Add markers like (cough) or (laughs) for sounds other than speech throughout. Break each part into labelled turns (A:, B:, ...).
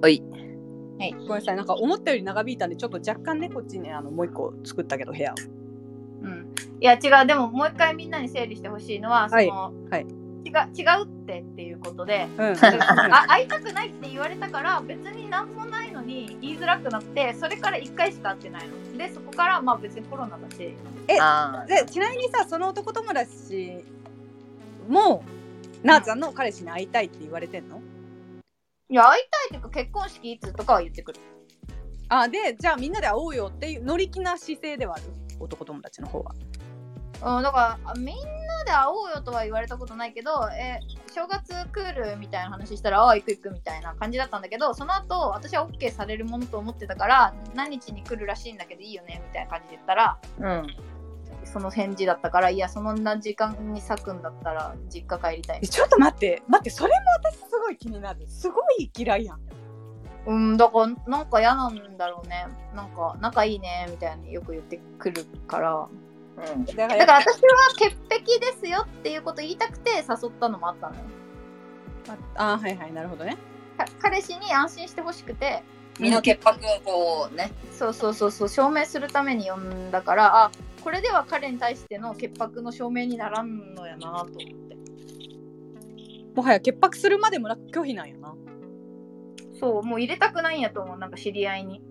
A: はい。
B: はい、ごめんなさい、なんか思ったより長引いたんで、ちょっと若干ね、こっちね、あのもう一個作ったけど、部屋を。
C: うん、いや違うでももう一回みんなに整理してほしいのは、
B: はい
C: その
B: はい
C: 違違うってっていうことで
B: うん、
C: あ会いたくないって言われたから別に何もないのに言いづらくなってそれから1回しか会ってないのでそこからまあ別にコロナだし
B: え
A: あ
B: で、ちなみにさ、その男友達も、なあちゃんの彼氏に会いたいって言われてんの
C: いや会いたいっていうか結婚式いつとかは言ってくる
B: あで、じゃあみんなで会おうよっていう乗り気な姿勢ではある、男友達の方は。
C: うん、だからあみんなで会おうよとは言われたことないけどえ正月クールみたいな話したらああ行く行くみたいな感じだったんだけどその後私は OK されるものと思ってたから何日に来るらしいんだけどいいよねみたいな感じで言ったら
A: あ。
C: その返事だったからいやそんな時間に割くんだったら実家帰りたい
B: えちょっと待って、待って、それも私すごい気になる。すごい嫌いやん。
C: うんだからなんか嫌なんだろうねなんか仲いいねみたいによく言ってくるから
A: うん。
B: だから
C: だから私は潔癖ですよっていうこと言いたくて誘ったのもあったのよ
B: あはいはい、なるほどね。
C: か彼氏に安心してほしくて
A: 身の潔白をこうね。
C: そうそうそうそう証明するために呼んだからあこれでは彼に対しての潔白の証明にならんのやなと思って
B: もはや潔白するまでもなく拒否なんやな。
C: そうもう入れたくないんやと思うなんか知り合いに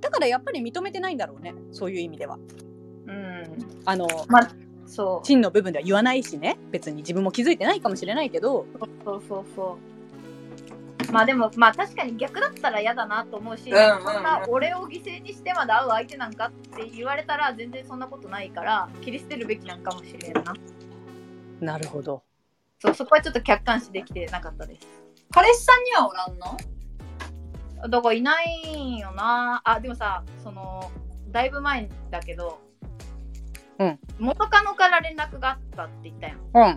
B: だからやっぱり認めてないんだろうね、そういう意味では。
C: うん
B: あの、
C: まあそう
B: 真の部分では言わないしね別に自分も気づいてないかもしれないけど
C: そうそうそうそうまあでもまあ確かに逆だったら嫌だなと思うし、
A: うんうんうん
C: そんな俺を犠牲にしてまで会う相手なんかって言われたら全然そんなことないから切り捨てるべきなんかもしれんな
B: なるほど
C: そうそこはちょっと客観視できてなかったです
A: 彼氏さんにはおらんの
C: だからいないんよなあでもさそのだいぶ前だけど、
B: うん、
C: 元カノから連絡があったって言ったやん
B: うん
A: うん。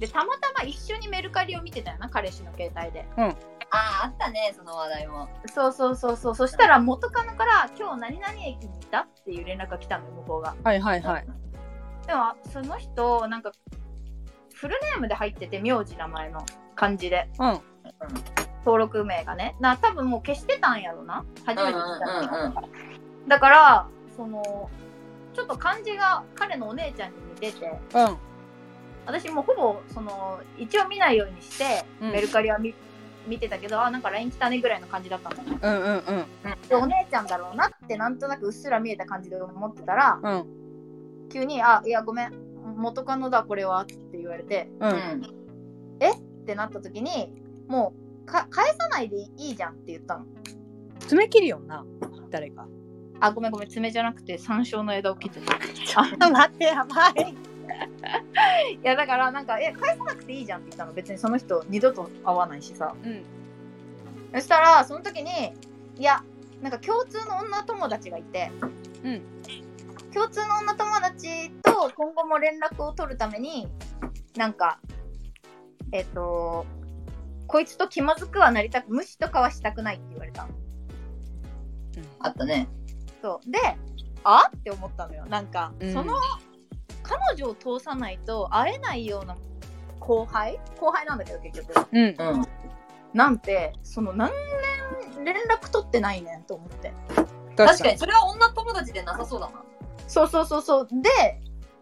C: でたまたま一緒にメルカリを見てたよな彼氏の携帯で
A: ああ、あったね、その話題も。
C: そうそうそうそうそしたら元カノから「今日何々駅にいた?」っていう連絡が来たのよ向こうが
B: はいはいはい
C: でもその人なんかフルネームで入ってて名字名前の感じで
B: うんうん
C: 登録名がねな多分もう消してたんやろな初めて見た時
A: うんうんうん
C: だからそのちょっと漢字が彼のお姉ちゃんに似てて私もうほぼその一応見ないようにして、
B: うん
C: メルカリは見見てたけどあなんか LINE 来たねぐらいの感じだったんだけ
B: うんうんうん
C: どお姉ちゃんだろうなってなんとなくうっすら見えた感じで思ってたら
B: うん
C: 急に「あいやごめん元カノだこれは」って言われて
B: うん
A: うん。
C: ってなった時にもうか返さないでいいじゃんって言ったの。
B: 爪切るよな誰か
C: あごめんごめん爪じゃなくて山椒の枝を切ってた。
B: (laughs) 待ってやばい
C: いやだからなんか「え返さなくていいじゃん」って言ったの別にその人二度と会わないしさ
B: うん
C: そしたらその時にいやなんか共通の女友達がいて、
B: うん
C: 共通の女友達と今後も連絡を取るためになんかえっ、とこいつと気まずくはなりたく無視とかはしたくないって言われたの
A: あったね。
C: そうであって思ったのよなんか、
B: うん
C: その彼女を通さないと会えないような後輩後輩なんだけど結局
B: うん
A: うん。
C: なんてその何年連絡取ってないねんと思って
A: 確かに、それは女友達でなさそうだな。
C: そうそうそうそうで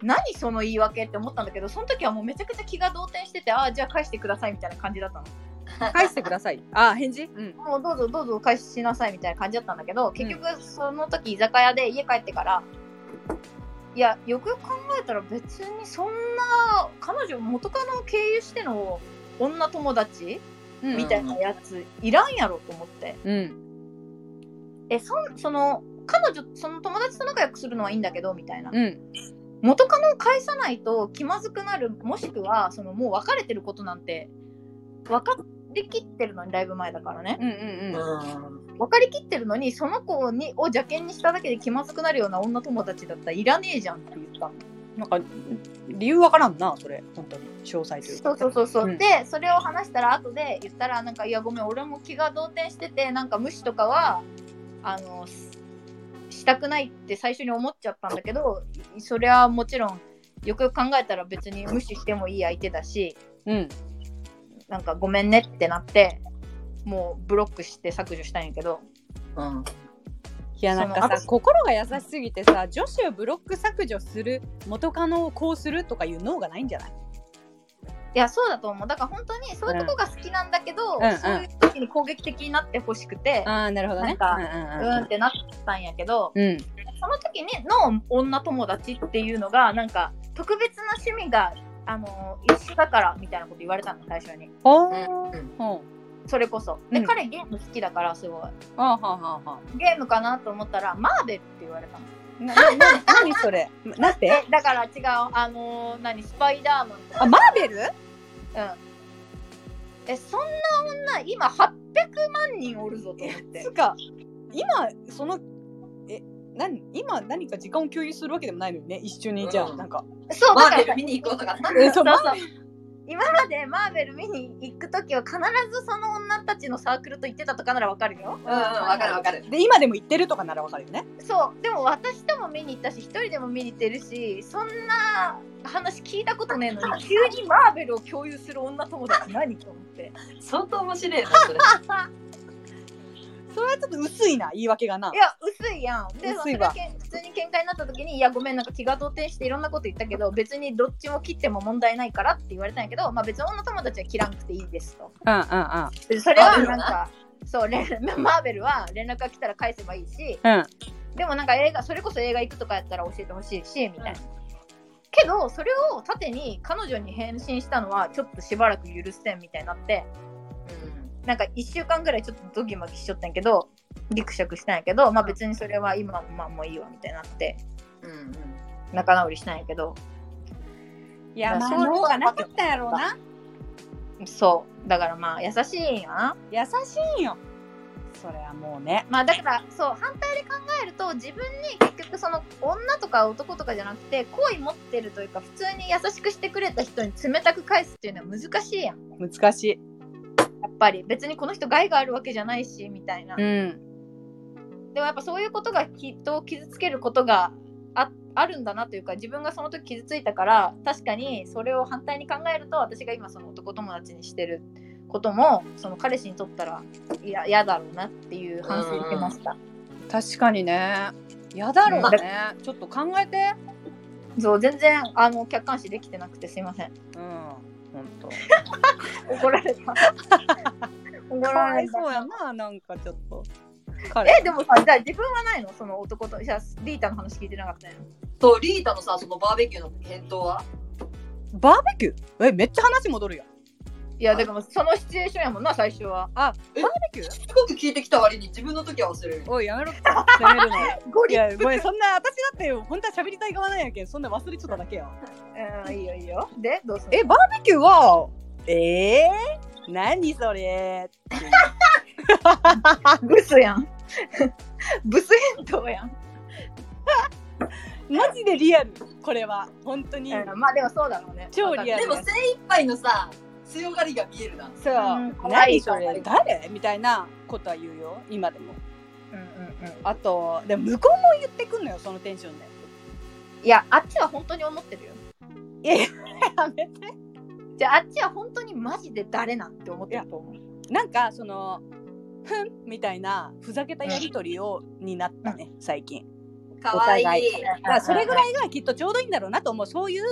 C: 何その言い訳って思ったんだけどその時はもうめちゃくちゃ気が動転しててああじゃあ返してくださいみたいな感じだったの
B: 返してくださいあ返事うん
C: もうどうぞどうぞ返しなさいみたいな感じだったんだけど結局その時居酒屋で家帰ってからいやよくよく考えたら別にそんな彼女元カノを経由しての女友達
B: うん
C: みたいなやついらんやろと思って
B: うん
C: えそんその彼女その友達と仲良くするのはいいんだけどみたいな、
B: うん
C: 元カノを返さないと気まずくなるもしくはそのもう別れてることなんて分かりきってるのにだいぶ前だからね
B: うんうんうん
A: ん。
C: 分かりきってるのにその子にを邪険にしただけで気まずくなるような女友達だったらいらねえじゃんって言ったの
B: なんか理由わからんなそれ本当に詳細というか
C: そうそうそうそう、
B: うん
C: でそれを話したら後で言ったらなんか「いやごめん俺も気が動転しててなんか無視とかはあのししたくないって最初に思っちゃったんだけどいそれはもちろんよくよく考えたら別に無視してもいい相手だし
B: うん
C: なんかごめんねってなってもうブロックして削除したんやけど
A: うん。
B: いやなん
C: そ
B: か
C: の
B: さ心が優しすぎてさ女子をブロック削除する元カノをこうするとかいう脳がないんじゃない
C: いやそうだと思うだから本当にそういうとこが好きなんだけど、
B: うんうん
C: そういう時に攻撃的になってほしくて、
B: ああなるほどね
C: うーんってなったんやけど
B: うんうんうん
C: その時にの女友達っていうのがなんか特別な趣味があの一緒だからみたいなこと言われたの最初に
B: お
A: うん。う
B: ー
A: ん。
B: ほ
C: それこそで、
B: うん
C: 彼ゲーム好きだからすごい
B: うんはあはあはあは
C: ゲームかなと思ったらマーベルって言われたの
B: あななな何それなって
C: えだから違うあの何スパイダーマンとか
B: あマーベル
C: うんえそんな女今800万人おるぞと思って
B: つうか今そのえ何今何か時間を共有するわけでもないのにね一緒にじゃあ、
A: うん
B: なんか
C: そう
A: マー
C: だか
A: ベ
C: ら
A: ル見に行こうとかな。
B: え (laughs) そう
C: そうそう今までマーベル見に行く時は必ずその女たちのサークルと行ってたとかならわかるよ
A: うんうん、わかるわかる。
B: (laughs) で今でも言ってるとかならわかるよね
C: そうでも私とも見に行ったし一人でも見に行ってるしそんな話聞いたことねえ
B: (laughs)
C: のに急にマーベルを共有する女友達何と思って
A: 相当面白い (laughs) な、それ。
B: それはちょっと薄いな言い訳がない
C: や薄いやんで
B: 薄いわ
C: それがけん普通に喧嘩になった時に「いやごめんなんか気が動転していろんなこと言ったけど別にどっちも切っても問題ないから」って言われたんやけど、まあ、別の女友達は切らなくていいですと
B: うんうんうん
C: でそれ
A: マー
C: は
A: ベル
C: な
A: は
C: ん
A: な
C: かそう連 (laughs) マーベルは連絡が来たら返せばいいし
B: うん
C: でもなんか映画それこそ映画行くとかやったら教えてほしいしみたいな、けどそれを盾に彼女に返信したのはちょっとしばらく許せんみたいになって
A: うん。
C: なんか1週間ぐらいちょっとドギマギしちゃったんやけどギクシャクしたんやけどまあ別にそれは今まあもういいわみたいになって
A: うん。
C: 仲直りしたんやけど
B: いや
C: まあ
B: まあ
C: そう
B: 脳がなかったやろうな
C: そうだからまあ優しいんやな
B: 優しいんよそれはもうね
C: まあだからそう反対で考えると自分に結局その女とか男とかじゃなくて好意持ってるというか普通に優しくしてくれた人に冷たく返すっていうのは難しいやん
B: 難しい
C: やっぱり別にこの人害があるわけじゃないしみたいな、
B: ん
C: でもやっぱそういうことがきっと傷つけることがああるんだなというか自分がその時傷ついたから確かにそれを反対に考えると私が今その男友達にしてることもその彼氏にとったらいや嫌だろうなっていう反省してました、
B: 確かにねやだろうねちょっと考えて
C: そう全然あの客観視できてなくてすいません
B: うん本当
C: 怒ら
B: (laughs)
C: れた怒
B: からわ
C: れ
B: い
C: た
B: そうやななんかちょっと彼
C: えでもさじゃあ自分はないのその男とじゃあリータの話聞いてなかったよ
A: と、リータのさ、そのバーベキューの返答は
B: バーベキューえめっちゃ話戻るやん
C: いやだからもうそのシチュエーションやもんな最初は
A: すごく聞いてきた割に自分の時は忘れる。
B: おいやめろってやめる (laughs) の
C: ゴ
B: いやごめんそんな私だって本当は喋りたい側なんやけんそんな忘れちゃっただけや
C: うんいいよいいよでどうする
B: えバーベキューはええー、何それ
C: ブスやん (laughs) ブス返答やん、
B: マジでリアルこれは本当に
C: うんまあでもそうだろうね
B: 超リア
C: わ
A: で
B: ル
A: も精一杯のさ、強がりが見えるな。
B: そう
C: うん
B: 何それ誰みたいなことは言うよ今でも
C: かるうんうんうん
B: あとでも向こうも言ってくんのよそのテンションで
C: いやあっちは本当に思ってるよ
B: いや
C: (laughs)
B: いややめて
C: じゃああっちは本当にマジで誰なんて思ってると思う
B: なんかそのふんみたいなふざけたやりとりをになったね最近
A: かわい
B: お互
A: い。
C: だ
B: だからそれぐらいがきっとちょうどいいんだろうなと思うそういう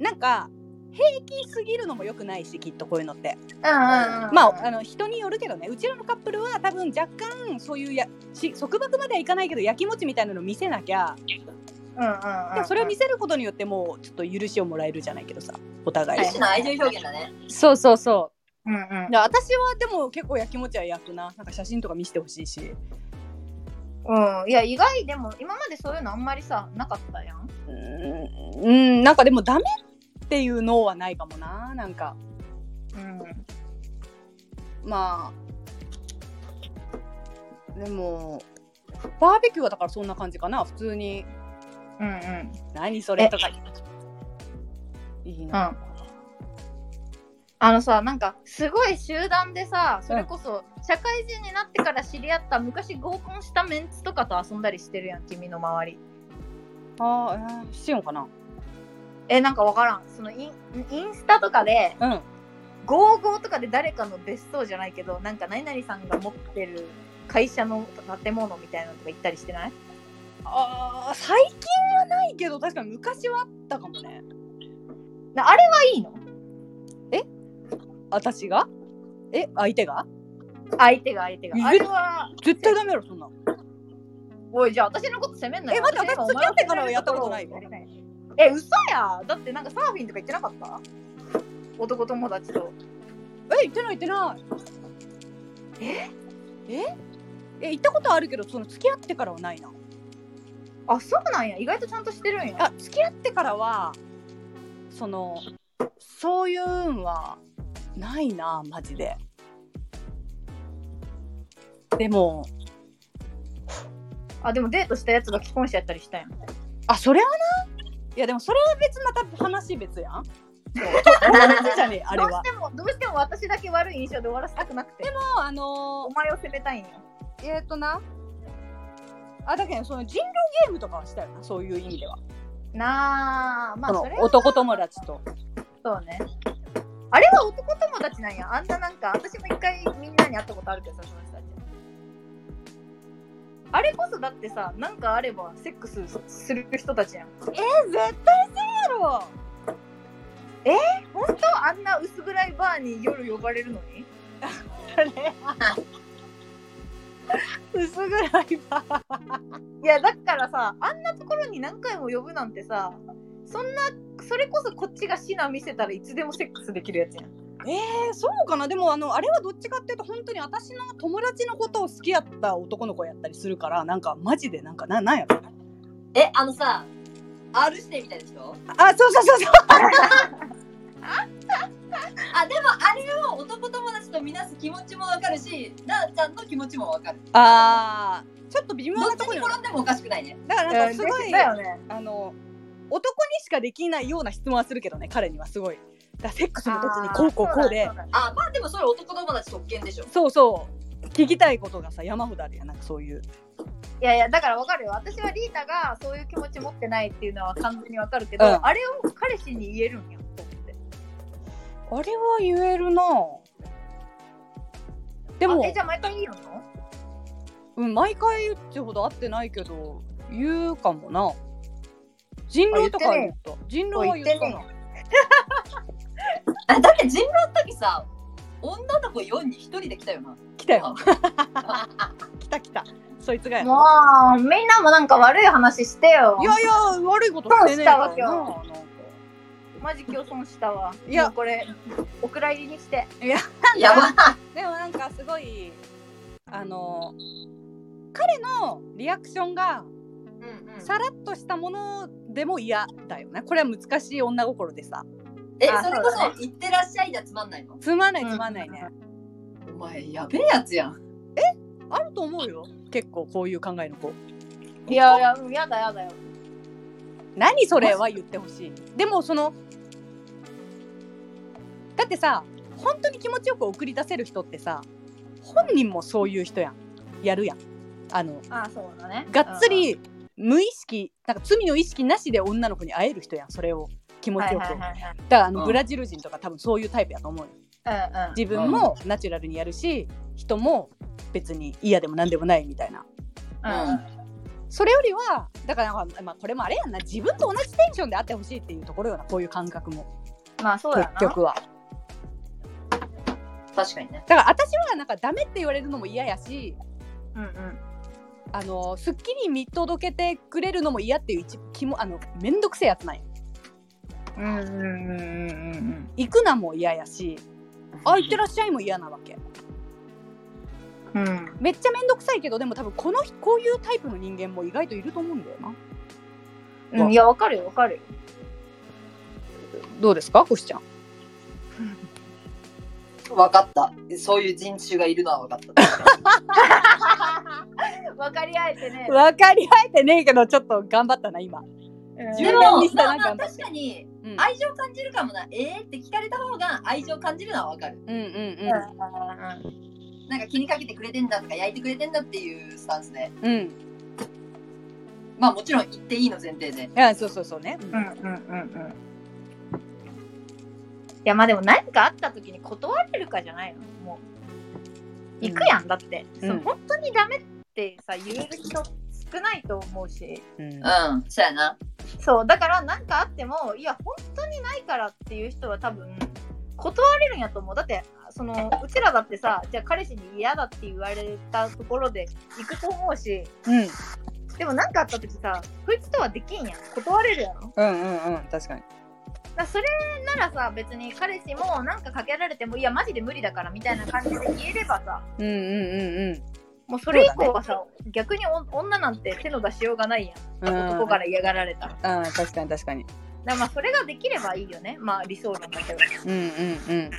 B: なんか平気すぎるのも良くないしきっとこういうのって
C: うんうんうん
B: まああの人によるけどねうちらのカップルは多分若干そういうやし束縛まではいかないけどやきもちみたいなの見せなきゃ
C: うんうんう
B: で
C: ん
B: それを見せることによってもうちょっと許しをもらえるじゃないけどさお互い、
A: 一種の愛情表現だね。
B: そうそうそ
C: うんうん
B: うだから私はでも結構やきもちは焼くななんか写真とか見せてほしいし
C: うん、いや意外でも今までそういうのあんまりさなかったやん
B: うーんうんなんかでもダメっていうのはないかもななんか
C: うん
B: まあでもバーベキューはだからそんな感じかな普通に
C: うんうん
B: 「何それ」とかいいな、
C: あのさなんかすごい集団でさそれこそ社会人になってから知り合った昔合コンしたメンツとかと遊んだりしてるやん君の周り
B: ああ、えー、しようかな
C: えなんかわからんそのインインスタとかで
B: うん
C: ゴーゴーとかで誰かの別荘じゃないけどなんか何々さんが持ってる会社の建物みたいなのとか行ったりしてない
B: あー最近はないけど確かに昔はあったかもね
C: なあれはいいの
B: 私がえ相手が
C: 相手が相手
B: え
C: があれは
B: 絶対ダメだろそんなの
C: おいじゃあ私のこと責めんなよ
B: え待って
C: 今
B: 私付き合ってからはやったことないよ
C: お前を責めるところえ嘘やだってなんかサーフィンとか行ってなかった男友達と
B: え行ってない行ってないえええ行ったことあるけどその付き合ってからはないな
C: あそうなんや意外とちゃんとしてるんや
B: あ付き合ってからはそのそういうんはないなマジででも
C: あでもデートしたやつが既婚者やったりしたんや
B: あそれはないやでもそれは別また話別やん同じじゃねえあれ
C: どう
B: は
C: してもどうしても私だけ悪い印象で終わらせたくなくて
B: もうあの
C: お前を責めたいんや
B: ーえっ、となあだけどその人狼ゲームとかはしたよなそういう意味では、
C: なあまあそ
B: そ
C: れ
B: の
C: は
B: 男友達と
C: そうねあれは男友達なんやあんななんか私も一回みんなに会ったことあるけどさその人たちあれこそだってさなんかあればセックスする人たちやん
B: え絶対せんやろ
C: 本当あんな薄暗いバーに夜呼ばれるのに
B: 薄暗いバー
C: いやだからさあんなところに何回も呼ぶなんてさそんなそれこそこっちがシナ見せたらいつでもセックスできるやつやん
B: えそうかなでもあのあれはどっちかっていうと本当に私の友達のことを好きやった男の子やったりするからなんかマジでなんかななんやろ
A: え、あのさ、R 指定みたいでしょ
B: あそうそうそうそう
A: あ、でもあれを男友達とみなす気持ちもわかるし、なーちゃんの気持ちもわかる。
B: あーちょっと微妙
A: どっ
B: な
A: ち
B: とこ
A: に
B: ろ
A: 転んでもおかしくないね。
B: だからなんかすごい、
C: うんだよね
B: あの男にしかできないような質問はするけどね彼にはすごいだからセックスの時にこうこうこうで
C: あーそうだそうだ
A: あ、まあでもそれ男友達特権でしょ。
B: そうそう聞きたいことがさ山ほどあるやんなんかそういう
C: いやいやだからわかるよ私はリータがそういう気持ち持ってないっていうのは完全にわかるけど、
B: うん
C: あれを彼氏に言えるんやと思って
B: あれは言えるなでも
C: あえじゃあ毎回言うの
B: うん、毎回ってほど会ってないけど言うかもな人狼とかは言った人狼は言ったな
C: あ
A: あだって人狼の時さ、女の子4人1人で来たよな。
B: 来たよ (laughs) 来た来たそいつがやな
C: もうみんなもなんか悪い話してよ
B: いやいや悪いことしてねえからな
C: そうしたわ
B: なんか
C: マジ今日損したわ
B: いや
C: もうこれお蔵入りにして
A: やばい。
B: でもなんかすごいあの彼のリアクションが
A: うんうん
B: さらっとしたものでも嫌だよねこれは難しい女心でさ
A: え、
C: あ
A: それこ
C: そうだね
A: そ、いってらっしゃいじゃつまんないの
B: つまんないつまんないね、
A: お前、やべえやつやん。
B: あると思うよ結構こういう考えの子
C: いやいやうんやだやだよ
B: 何それは言ってほしいでもそのだってさ本当に気持ちよく送り出せる人ってさ本人もそういう人やんやるやんあの
C: あーそうだね
B: がっつり無意識なんか罪の意識なしで女の子に会える人やんそれを気
C: うん
B: 持
C: は
B: ち
C: い
B: よく、
C: はいはい
B: だからあの、
A: うん
B: ブラジル人とか多分そういうタイプやと思うよ
C: はいうんうん
B: 自分もナチュラルにやるし人も別に嫌でも何でもないみたいな
C: うん
B: それよりはだからなんか、まあ、これもあれやんな自分と同じテンションであってほしいっていうところよなこういう感覚も
C: まあそうだ
B: 結
C: な
B: 局は
A: 確かにね。
B: だから私はなんかダメって言われるのも嫌やし
C: うんうん
B: あのすっきり見届けてくれるのも嫌っていう一気もあのめんどくせえやつなんよ
C: うんうんうんうんうん
B: 行くなも嫌やしあ行ってらっしゃいも嫌なわけ
C: うんうん
B: めっちゃめんどくさいけどでも多分このこういうタイプの人間も意外といると思うんだよな
C: うんいやわかるよわかるよ
B: どうですかこしちゃん
A: わかった。そういう人種がいるのはわかった。
C: わかり合えてね
B: 分かり合えてねえけどちょっと頑張ったな今
C: うん
A: で
B: 10年
A: も
B: にし、た
A: ま
B: な
A: あまあ
B: 頑張っ
A: 確かに、
B: うんうん
A: 愛情感じるかもな。えーって聞かれた方が愛情感じるのはわかる。
B: うんうん
C: う
A: なんか気にかけてくれてんだとか焼いてくれてんだっていうスタンスで
B: うんい
A: まあもちろん言っていいの前提で
B: やそうそうそうね、うん
C: んうんうんうんやまあでも何かあった時に断れるかじゃないのもう行くやん、だって、
B: うん
C: その本当にダメってさ言える人少ないと思うし
B: うん
A: うん、そうやな。
C: そうだから何かあってもいや本当にないからっていう人は多分断れるんやと思うだってそのうちらだってさじゃあ彼氏に嫌だって言われたところで行くと思うし
B: うん
C: でも何かあった時さこいつとはできんやん断れるやろ
B: うんうんうん確かに
C: だからそれならさ別に彼氏もなんかかけられてもいやマジで無理だからみたいな感じで言えればさ
B: うんうんうん
C: もうそれ以降はさ、逆にお女なんて手の出しようがないや
B: うん
C: ん男から嫌がられたらだか
B: うん確かに確かに
C: らまあそれができればいいよねまあ理想論だけど
B: うんうん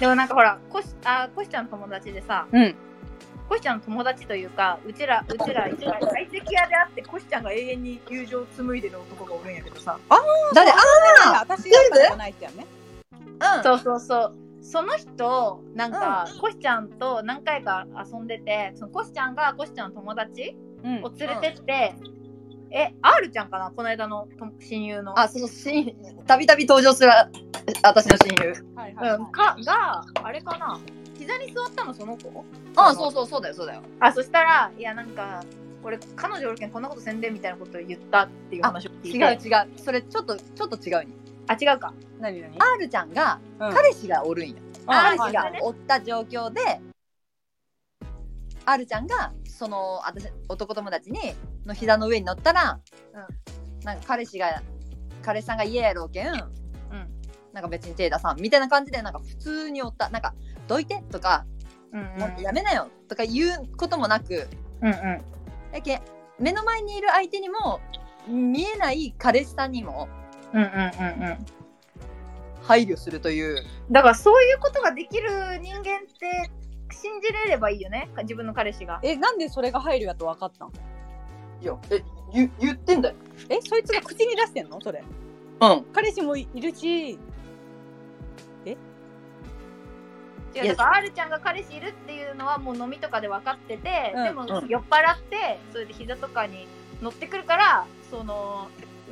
C: でもなんかほらコシあコシちゃんの友達でさ
B: うんうん
C: コシちゃんの友達というかうちらうちら一番相席屋であってコシちゃんが永遠に友情を紡いでる男がおるんやけどさ
B: 誰ああ私が会ったことない人やね
A: うん。
C: そうそうそう。その人なんか、コシちゃんと何回か遊んでてそのコシちゃんがコシちゃんの友達
B: うん
C: を連れてって、え R ちゃんかなこの間のと親友の
A: あ、その親友、たびたび登場するあ私の親友。
B: はいはいは
C: うん、かがあれかな膝に座ったのその子
A: あ、そうそう、そうだよ、そうだよ。
C: あそしたらいやなんか俺彼女おるけんこんなことせんでみたいなことを言ったっていう話を聞いて
A: 違う違う。それちょっと、ちょっと違うに。
C: あ違うか
B: い何何
A: R ちゃんが、
B: うん
A: 彼氏がおるんや。
B: あ
A: 彼
B: は
A: 氏
B: いはい
A: がおった状況で、R ちゃんが、その、私、男友達に、の膝の上に乗ったら、なんか彼氏が、彼氏さんが家やろうけん、
C: うん
A: なんか別に手出さん、みたいな感じで、なんか普通におった。なんか、どいてとか、
C: うんうん
A: もうやめなよとか言うこともなく、
C: うんうん
A: やけん目の前にいる相手にも見えない彼氏さんにも
C: うんうんうんうん
A: 配慮するという
C: だからそういうことができる人間って信じれればいいよね自分の彼氏が
B: えなんでそれが配慮やと分かったん
A: いやえゆ言ってんだよ
B: えそいつが口に出してんのそれ
A: うん
B: 彼氏もいるし
C: 違うだから R ちゃんが彼氏いるっていうのはもう飲みとかで分かってて、
B: うん
C: でも
A: うん
C: 酔っ払ってそれで膝とかに乗ってくるからその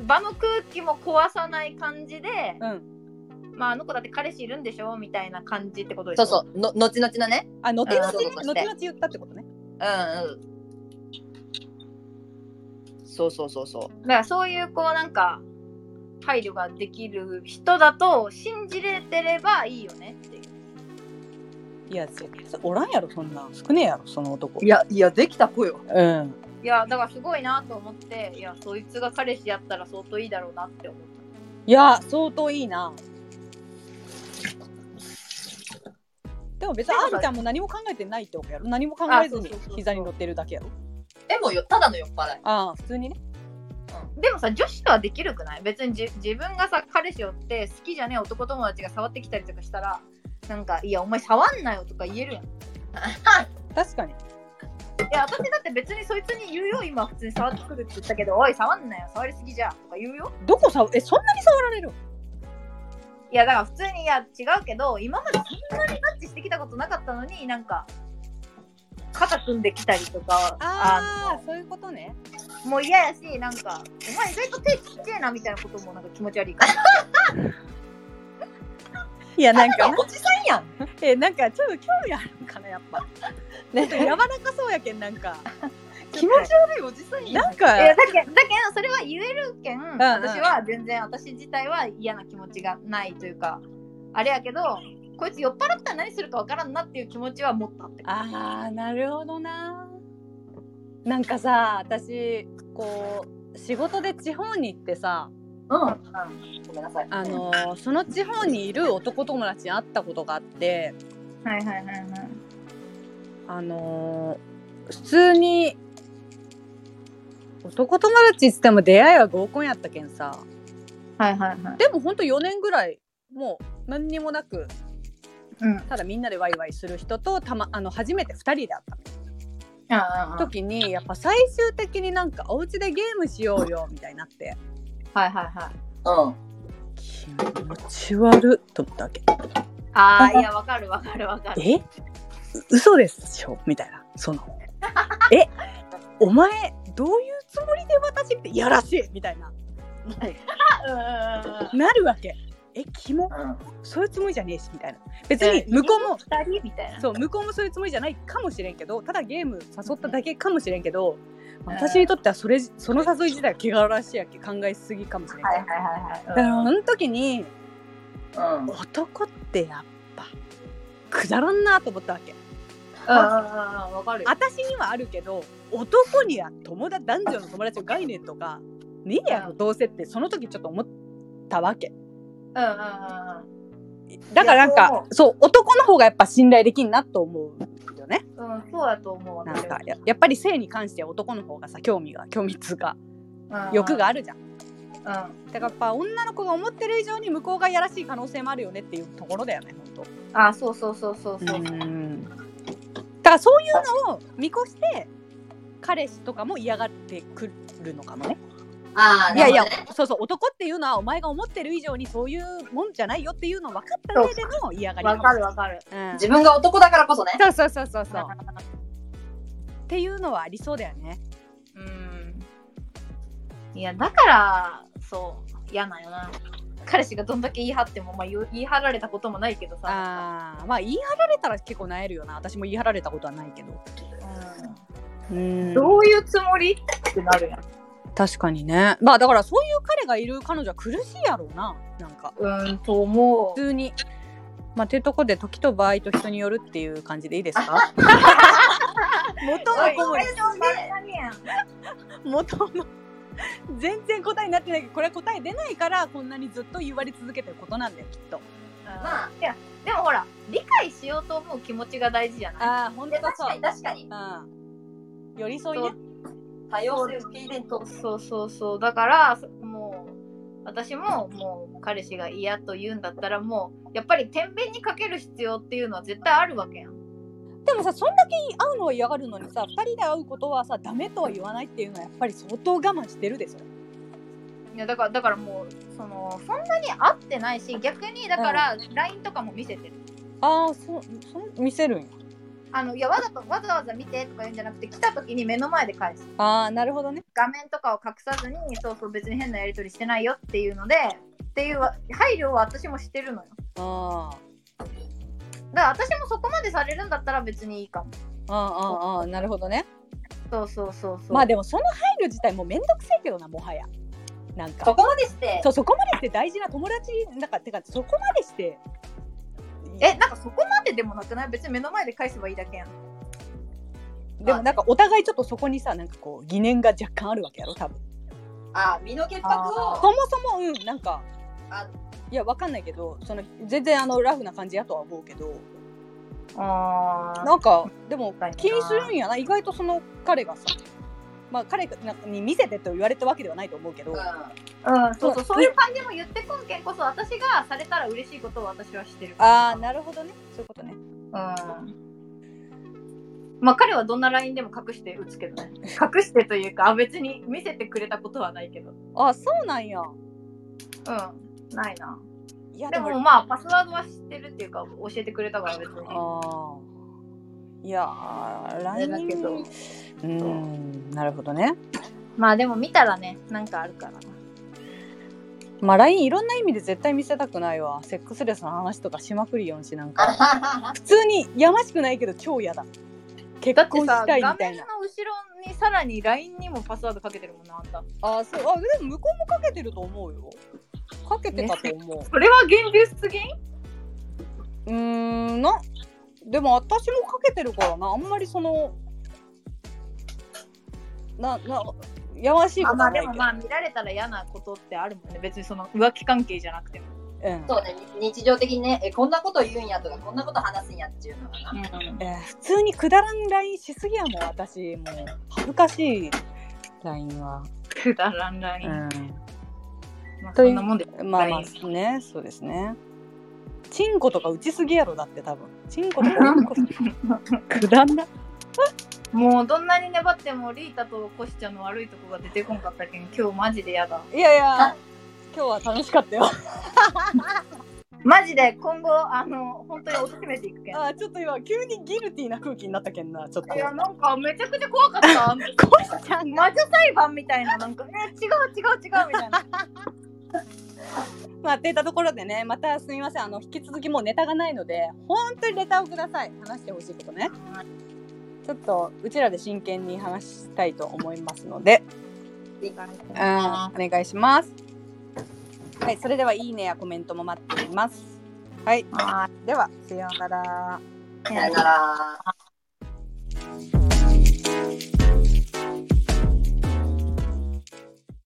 C: 場の空気も壊さない感じで、
B: うん
C: まああの子だって彼氏いるんでしょみたいな感じってことでし
A: そ
C: ょ
A: うそうの後々のね
B: あ後々
A: あそう
B: ね
A: そう
B: 後々言ったってことね
A: うんうんそうそうそうそう
C: だからそういうこうなんか配慮ができる人だと信じれてればいいよねっていう
B: いやそそおらんやろそんなん少ねえやろその男
A: やいやできた子よ
B: うん
C: いやだからすごいなと思っていやそいつが彼氏やったら相当いいだろうなって思った。
B: いや相当いいなでも別に
C: でも
B: あんちゃんも何も考えてないってことやろ何も考えず
C: あ
B: に
C: そうそうそうそう
B: 膝に乗ってるだけやろ
A: でもよただの酔っ払い
B: ああ普通にね
C: でもさ女子とはできるくない別にじ自分がさ彼氏おって好きじゃねえ男友達が触ってきたりとかしたらなんか「いやお前触んなよ」とか言えるやん。い
B: 確かに
C: や私だって別にそいつに言うよ今普通に触ってくるって言ったけど「おい触んなよ触りすぎじゃん」とか言うよ。
B: どこさえそんなに触られる
C: いやだから普通に「いや違うけど今までそんなにタッチしてきたことなかったのになんか肩組んできたりとか
B: あそういうことね
C: のもう嫌やしなんか「お前意外と手ちっちゃいな」みたいなこともなんか気持ち悪い
B: (laughs)
C: から。
B: いやなん
A: いや
B: か (laughs)
A: おじさんやん
B: えなんかちょっと興味あるんかなやっ
C: (laughs)
B: ぱちょっと柔らかそうやけんなんか
A: 気持ち悪いおじさんやん
B: なんか
C: いやだけだけどそれは言えるけん、
B: ん
C: 私は全然私自体は嫌な気持ちがないというかあれやけどこいつ酔っ払ったら何するかわからんなっていう気持ちは持ったって
B: あーなるほどななんかさ私こう仕事で地方に行ってさ
A: うん
C: ごめんなさい
B: あのーその地方にいる男友達に会ったことがあって
C: はいはいはいはい
B: あのー普通に男友達っつっても出会いは合コンやったけんさ
C: はいはいはい
B: でもほんと4年ぐらいもう何にもなく
C: うん
B: ただみんなでワイワイする人とた、ま、あの初めて2人で会ったの
C: ああ
B: 時にやっぱ最終的になんかお家でゲームしようよみたいになって
C: はいはいはい
A: うん
B: 気持ち悪っと思ったわけ
C: ああいやわかるわかるわか
B: (laughs)
C: る
B: えう嘘でしょみたいなそのえお前どういうつもりで私ってやらしいみたいな
C: うんうんうんうん
B: なるわけええキモ
C: うん
B: そういうつもりじゃねえしみたいな別に向こうも
C: 二人みたいな
B: そう向こうもそういうつもりじゃないかもしれんけどただゲーム誘っただけかもしれんけど、まあ私にとってはそれその誘い自体が汚らしいやけ考えすぎかもしれんけど、
C: はいはい
B: だか
C: はい
B: らその時に
C: はいうんうんうんうん
B: 男ってやっぱくだらんなと思ったわけ
C: わかるよ
B: 私にはあるけど男には友達男女の友達の概念とかねえやろどうせってその時ちょっと思ったわけ
C: うんうんうんうん
B: だからなん
C: いや
B: かそう男の方がやっぱ信頼できんなと思うよね
C: うん、そうだと思う。
B: なんかややっぱり性に関しては男の方がさ興味が興味っつうか
C: うん
B: 欲があるじゃん
C: うん。
B: だからやっぱ女の子が思ってる以上に向こうがやらしい可能性もあるよねっていうところだよね本
C: あ、そうそうそうそう
B: 当
C: そう。
B: んだからそういうのを見越して彼氏とかも嫌がってくるのかもね
A: あ
B: いやいや、そうそう、男っていうのはお前が思ってる以上にそういうもんじゃないよっていうのを分かった上での嫌がりな
C: わ
B: の
C: かるわかる。
B: うん
A: 自分が男だからこそね。
B: そうそうそうそうそう。っていうのはありそうだよね。
C: うん。いや、だから、そう、嫌なんよな。彼氏がどんだけ言い張っても、まあ、言う言い張られたこともないけどさ。
B: ああ、まあ言い張られたら結構なえるよな。私も言い張られたことはないけど。うん
C: うんどういうつもりってなるやん。
B: 確かにね。まあだからそういう彼がいる彼女は苦しいやろうな。なんか
C: うん、と思う
B: 普。通に。まあ、ていうとこで時と場合と人によるっていう感じでいいですか元の子も
C: 俺のばっかりやん
B: 元の (laughs) 全然答えになってないけどこれは答え出ないからこんなにずっと言われ続けてることなんだよきっと
C: まあ、いや、でもほら、理解しようと思う気持ちが大事じゃない
B: ああ本
A: いや確かに確かに。
B: うん、寄り添いね
A: 多様性を聞いてと。
C: そうそうそうだからそもう私ももう彼氏が嫌と言うんだったらもうやっぱり天秤にかける必要っていうのは絶対あるわけやん
B: でもさそんだけ会うのは嫌がるのにさ2人で会うことはさダメとは言わないっていうのはやっぱり相当我慢してるでしょ
C: いやだからだからもうそのそんなに合ってないし逆にだから LINE とかも見せてる、
B: ああそそ見せるんや
C: あのいやわざとわざわざ見てとか言うんじゃなくて来た時に目の前で返す
B: ああなるほどね
C: 画面とかを隠さずにそうそう別に変なやり取りしてないよっていうのでっていうわ配慮を私もしてるのよ
B: あ
C: だから私もそこまでされるんだったら別にいいかも
B: あああああなるほどね
C: そうそうそうそう
B: まあでもその配慮自体もうめんどくせえけどなもはやなんか
A: そこまでして。
B: そうそこまでして大事な友達なんかてかそこまでして
C: えなんかそこまででもなくない別に目の前で返せばいいだけやん
B: でもなんかお互いちょっとそこにさなんかこう疑念が若干あるわけやろ多分
A: あ身の潔白
B: そ
A: を。
B: もそもうんなんか
A: あ
B: いやわかんないけどその全然あのラフな感じやとは思うけど
C: あー
B: なんかでも
C: 確かにな
B: 気にするんやな意外とその彼がさまあ彼なんかに見せてと言われたわけではないと思うけど、
A: う
C: うんそうそ
B: そ
C: う
B: う
C: そういう感じも言ってこんけんこそ私がされたら嬉しいことを私はしてる
B: ああなるほどねそういうことね
C: うんまあ彼はどんな LINE でも隠して打つけどね隠してというかあ別に見せてくれたことはないけど
B: あそうなんや
C: うんないない
B: や
C: でもまあパスワードは知ってるっていうか教えてくれたから別に
B: あーいやー
A: あれだ
B: LINE
A: けど
B: うんなるほどね
C: まあでも見たらねなんかあるから
B: まあ LINE いろんな意味で絶対見せたくないわセックスレスの話とかしまくりよんしなんか
C: (laughs)
A: ん。
B: 普通にやましくないけど超嫌だ
C: だ
B: 結
C: って
B: 婚
C: さ
B: した
C: 画
B: い
C: 面
B: み
C: の後
B: たいな
C: ろにさらに LINE にもパスワードかけてるもんなあんた
B: あそうあでも向こうもかけてると思うよかけてたと思う、
C: それは源流すぎん
B: うーんなでも私もかけてるからなあんまりそのななやましいこ
C: あ
B: と
C: ま
B: は
C: あ
B: な
C: で
B: いけ
C: も
B: ど、
C: まあ見られたら嫌なことってあるもんね別にその浮気関係じゃなくても、
B: うん
A: そうね日常的にねえこんなこと言うんやとかこんなこと話すんやっていうのがな。
B: えー普通にくだらん LINE しすぎやもん私もう恥ずかしい LINE は、
C: くだらんライン、
B: う
C: まあ、
B: と
C: そ
B: いうん
C: なもんで
B: ん、まあまあねそうですねチンコとか打ちすぎやろだって多分チンコとか打ちこくだんな
C: もうどんなに粘ってもリータとコシちゃんの悪いとこが出てこんかったけん今日マジで嫌だ
B: いやいや今日は楽しかったよ
C: マジで今後あの本当に貶めていくけんい
B: あちょっと今急にギルティーな空気になったけんなちょっと
C: やなんかめちゃくちゃ怖かった (laughs)
B: コシちゃんが
C: 魔女裁判みたいななんか、ね、違う違う違うみたいな
B: まあ、っていったところでね、またすみません、あの引き続きもうネタがないので、本当にレターをください。話してほしいことね。ちょっとうちらで真剣に話したいと思いますので、うん、お願いします。はい、それではいいねやコメントも待っています。はい、
A: は
B: では、さようなら。
A: い。さよなら。